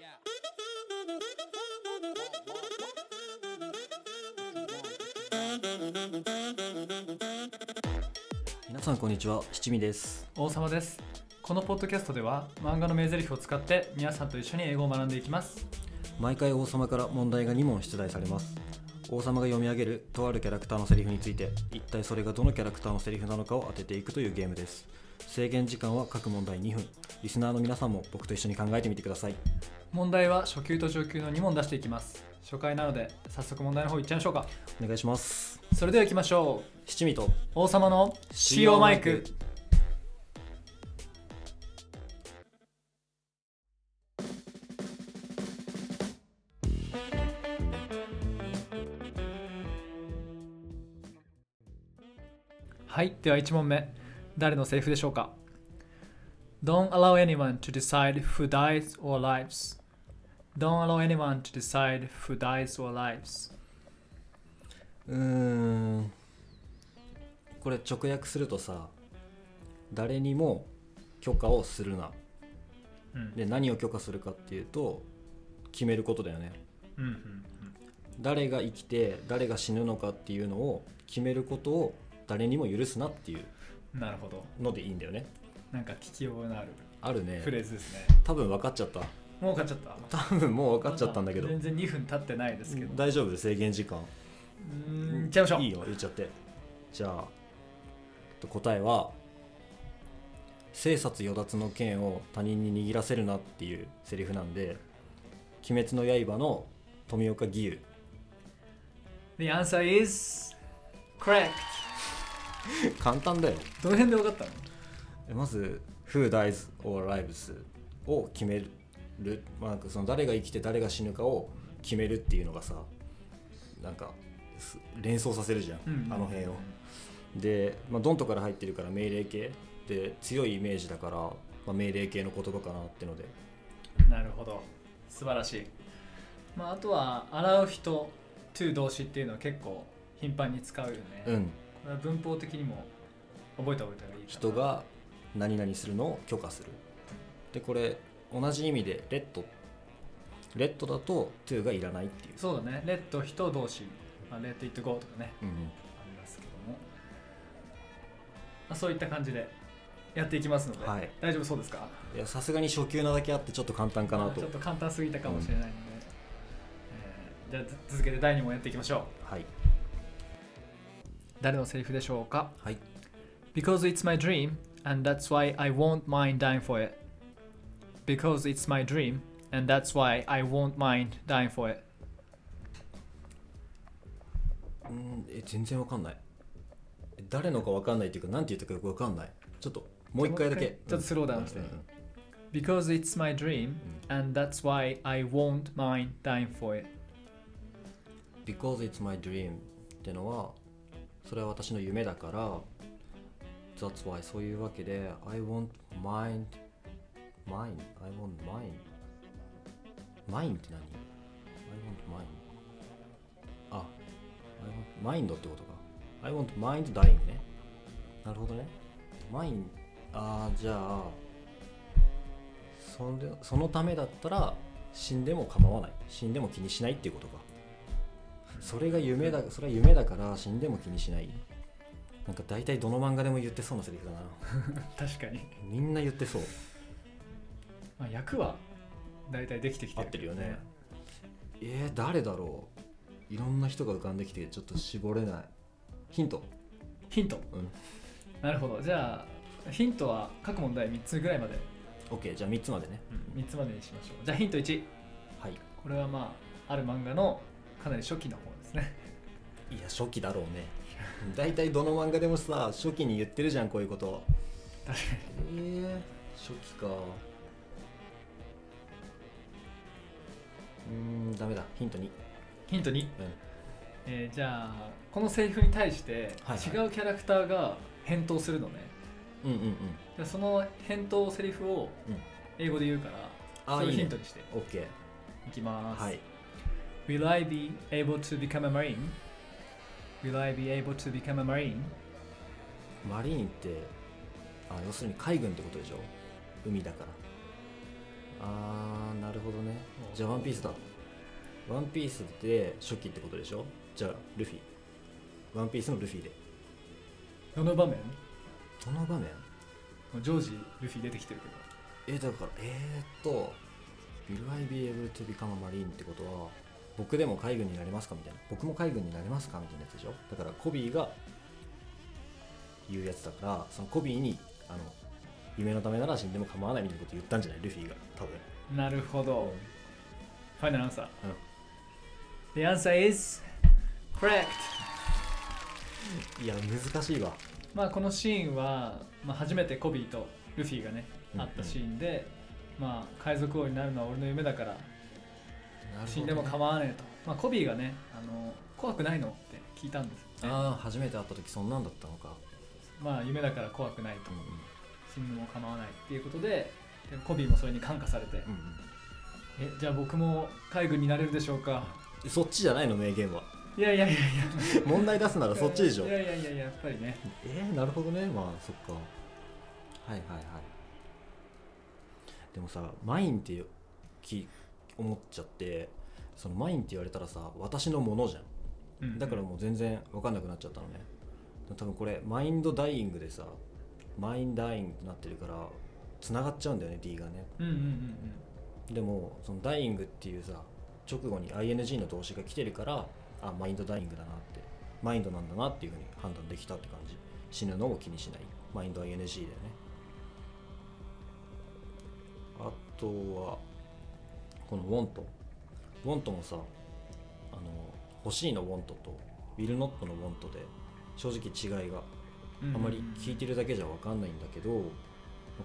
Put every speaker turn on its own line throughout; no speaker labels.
Yeah.
皆さんこんにちは七味です
王様ですこのポッドキャストでは漫画の名台詞を使って皆さんと一緒に英語を学んでいきます
毎回王様から問題が2問出題されます王様が読み上げるとあるキャラクターのセリフについて一体それがどのキャラクターのセリフなのかを当てていくというゲームです制限時間は各問題2分リスナーの皆さんも僕と一緒に考えてみてください
問題は初級と上級の2問出していきます初回なので早速問題の方いっちゃいましょうか
お願いします
それでは行きましょう
七味と
王様の使用マイクはいでは1問目誰のセリフでしょうか Don't allow anyone to decide who dies or lives Don't allow anyone to decide who dies or lives
うーんこれ直訳するとさ誰にも許可をするな
うん
で何を許可するかっていうと決めることだよね
うんうん
誰が生きて誰が死ぬのかっていうのを決めることを誰にも許すなっていう
うんなるほど
のでいいんだよね
なんか聞き覚えのある
ある
フレ
ね
ーズですね
多分分かっちゃった
もう買っちゃった
多分もう分かっちゃったんだけど
全然2分経ってないですけど
大丈夫制限時間
うんいっちゃいましょう
いいよ言っちゃってじゃあえっと答えは生殺与奪の剣を他人に握らせるなっていうセリフなんで「鬼滅の刃」の富岡義勇
The answer is correct
簡単だよ
どの辺で分かったの
まず「Who dies or lives」を決める、まあ、なんかその誰が生きて誰が死ぬかを決めるっていうのがさなんかす連想させるじゃん、あの辺を。で、まあ、ドントから入ってるから命令系で強いイメージだから、まあ、命令系の言葉かなってので
なるほど素晴らしい、まあ、あとは洗う人 to 動詞っていうのは結構頻繁に使うよね、
うん
これは文法的にも覚えておいた方がいいかな
人が何々するのを許可するでこれ同じ意味で「レッド」レッドだと「to」がいらないっていう、
そうだねレッド人動詞、まあ、レッドイットゴーとかね
うん、
ありますけども、まあ、そういった感じでやっていきますので、
はい
大丈夫そうですか
いやさすがに初級なだけあってちょっと簡単かな
まあ
と
ちょっと簡単すぎたかもしれないので、えーじゃあず続けて第2問やっていきましょう
はい
誰のセリフでしょうか
はい
Because it's my dream, and that's why I won't mind dying for it. Because it's my dream, and that's why I won't mind dying for it.
うんえ全然わかんないえ誰のかわかんないっていうか何て言ったかよくわかんないちょっともう一回だけ
もう一回ちょっとスローダウンして
うんうんうん
Because it's my dream, and that's why I won't mind dying for it.
Because it's my dream ってのはそれは私の夢だから That's why そういうわけで I want mind mind I want mind mind って何 I want mind あ I want mind ってことか I want mind dying ねなるほどね mind ああじゃあそんでそのためだったら死んでも構わない死んでも気にしないっていうことかそれが夢だそれは夢だから死んでも気にしないなんか大体どの漫画でも言ってそうなセリフだな
確かに。
みんな言ってそう
まあ、役は大体できてきて
合ってるよねえー、誰だろういろんな人が浮かんできてちょっと絞れないヒント
ヒント。
うん
なるほど。じゃあ、ヒントは各問題3つぐらいまで、
OK じゃあ3つまでね
3つまでにしましょう。じゃあヒント1。
はい
これはまあ、ある漫画のかなり初期の方ですね。
いや初期だろうね 大体どの漫画でもさ初期に言ってるじゃんこういうこと
確かに。
えー、初期かうーんダメだヒント2
ヒント2。
うん
えーじゃあこのセリフに対して
はい
違
は
うキャラクターが返答するのね、
うんうんうん
でその返答セリフを
うん
英語で言うから、
あ
そ
あ
れを
いい
ヒ
ね
ントにしてい
OK
きます、
はい
Will I be able to become a marine? Will I be able to become a marine?
マリーンってあ要するに海軍ってことでしょ海だからあーなるほどねじゃあワンピースだワンピースで初期ってことでしょじゃあルフィワンピースのルフィで
どの場面
どの場面
ジョージルフィ出てきてるけど
えだからえー、っと「Will I be able to become a marine」ってことは僕でも海軍になりますかみたいな僕も海軍になりますかみたいなやつでしょだからコビーが言うやつだからそのコビーにあの夢のためなら死んでも構わないみたいなこと言ったんじゃないルフィが多分
なるほど。ファイナルアンサー。
うん
The answer is correct!
いや難しいわ
まあこのシーンは、まあ、初めてコビーとルフィがね、
うん
あったシーンで、まあ海賊王になるのは俺の夢だから死んでも構わねえと。まあコビーがね、あの怖くないのって聞いたんですよ、ね。
ああ初めて会った時そんなんだったのか、
まあ夢だから怖くないと
う。んうん
死んでも構わないっていうことで、でコビーもそれに感化されて、
うん
え、じゃあ僕も海軍になれるでしょうか
うん、そっちじゃないの名 言は
いやいやいやいや。
問題出すならそっちでしょ
い
え
やいやいやいや、やっぱりね。
ー、なるほどねまあそっかはいはいはいでもさマインってき思っちゃってそのマインって言われたらさ私のものじゃん
うん
だからもう全然分かんなくなっちゃったのね多分これマインドダイイングでさマインダイイングってなってるからつながっちゃうんだよね D がね
うんうんうん
でもそのダイイングっていうさ直後に ING の動詞が来てるからあマインドダイイングだなってマインドなんだなっていうふうに判断できたって感じ死ぬのを気にしないマインド ING だよねあとはこのウォントウォントもさあの欲しいのウォントとウィルノットのウォントで正直違いが
うんうん
あまり聞いてるだけじゃ分かんないんだけど、まあ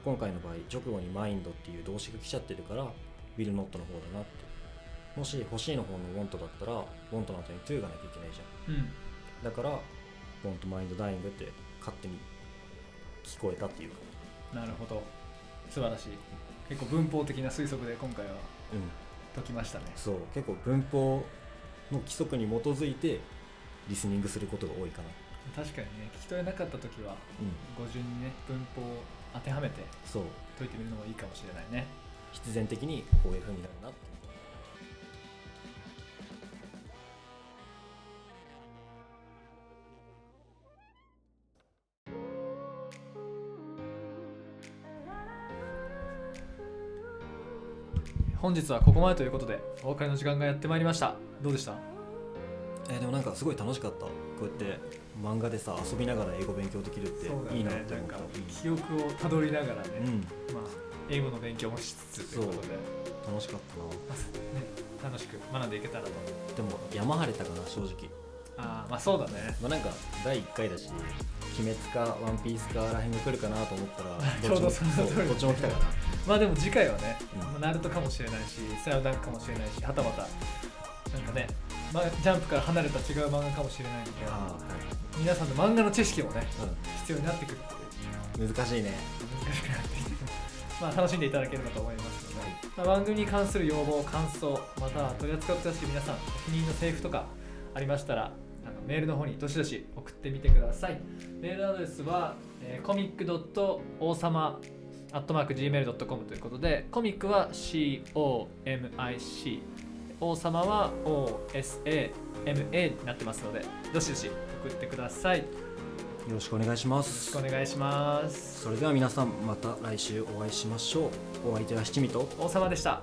今回の場合直後に「マインド」っていう動詞が来ちゃってるから「will not」の方だなってもし欲しいの方の「want」だったら「want」の後に「to」がなきゃいけないじゃ
うん
んだから「want mind dying」って勝手に聞こえたっていうか
なるほど素晴らしい結構文法的な推測で今回は
うん
解きましたね
そう結構文法の規則に基づいてリスニングすることが多いかな
確かにね聞き取れなかった時は
うん
語順にね文法を当てはめて
そう
解いてみるのもいいかもしれないね
必然的にこういう風になるなって
本日はここまでということでお別れの時間がやってまいりましたどうでした
えーでもなんかすごい楽しかったこうやって漫画でさ遊びながら英語勉強できるっていいなって
なん
思った
か記憶をたどりながらね、
うん
まあ英語の勉強もしつつということで、ね、
楽しかった
楽しく学んでいけたらと
なでも山晴れたかな正直
ああまあそうだね
まあなんか第1回だし「鬼滅」か「ワンピースから辺が来るかなと思ったら
ちょうど
っも
その通り
そうどっちも来たかな
まあでも次回はね、
うん
まあナルトかもしれないし、スラムダンクかもしれないし、はたまた、なんかね、まあ、ジャンプから離れた違う漫画かもしれないので、
ああ
皆さんの漫画の知識もね、
はい、
必要になってくるっていう
うん、難しいね
難しくなってきて、 まあ楽しんでいただければと思いますので、まあ、番組に関する要望、感想、または取り扱ってほしい皆さん、お気に入りの制服とかありましたら、あのメールの方にどしどし送ってみてください。メールアドレスは、えー、コミックドット王様アットマーク gmail.com ということでコミックは COMIC 王様は OSAMA になってますのでどしどし送ってくださいよ
よろしくお願いしま
ろし
す
くお願いします
それでは皆さんまた来週お会いしましょうお相手は七味と
王様でした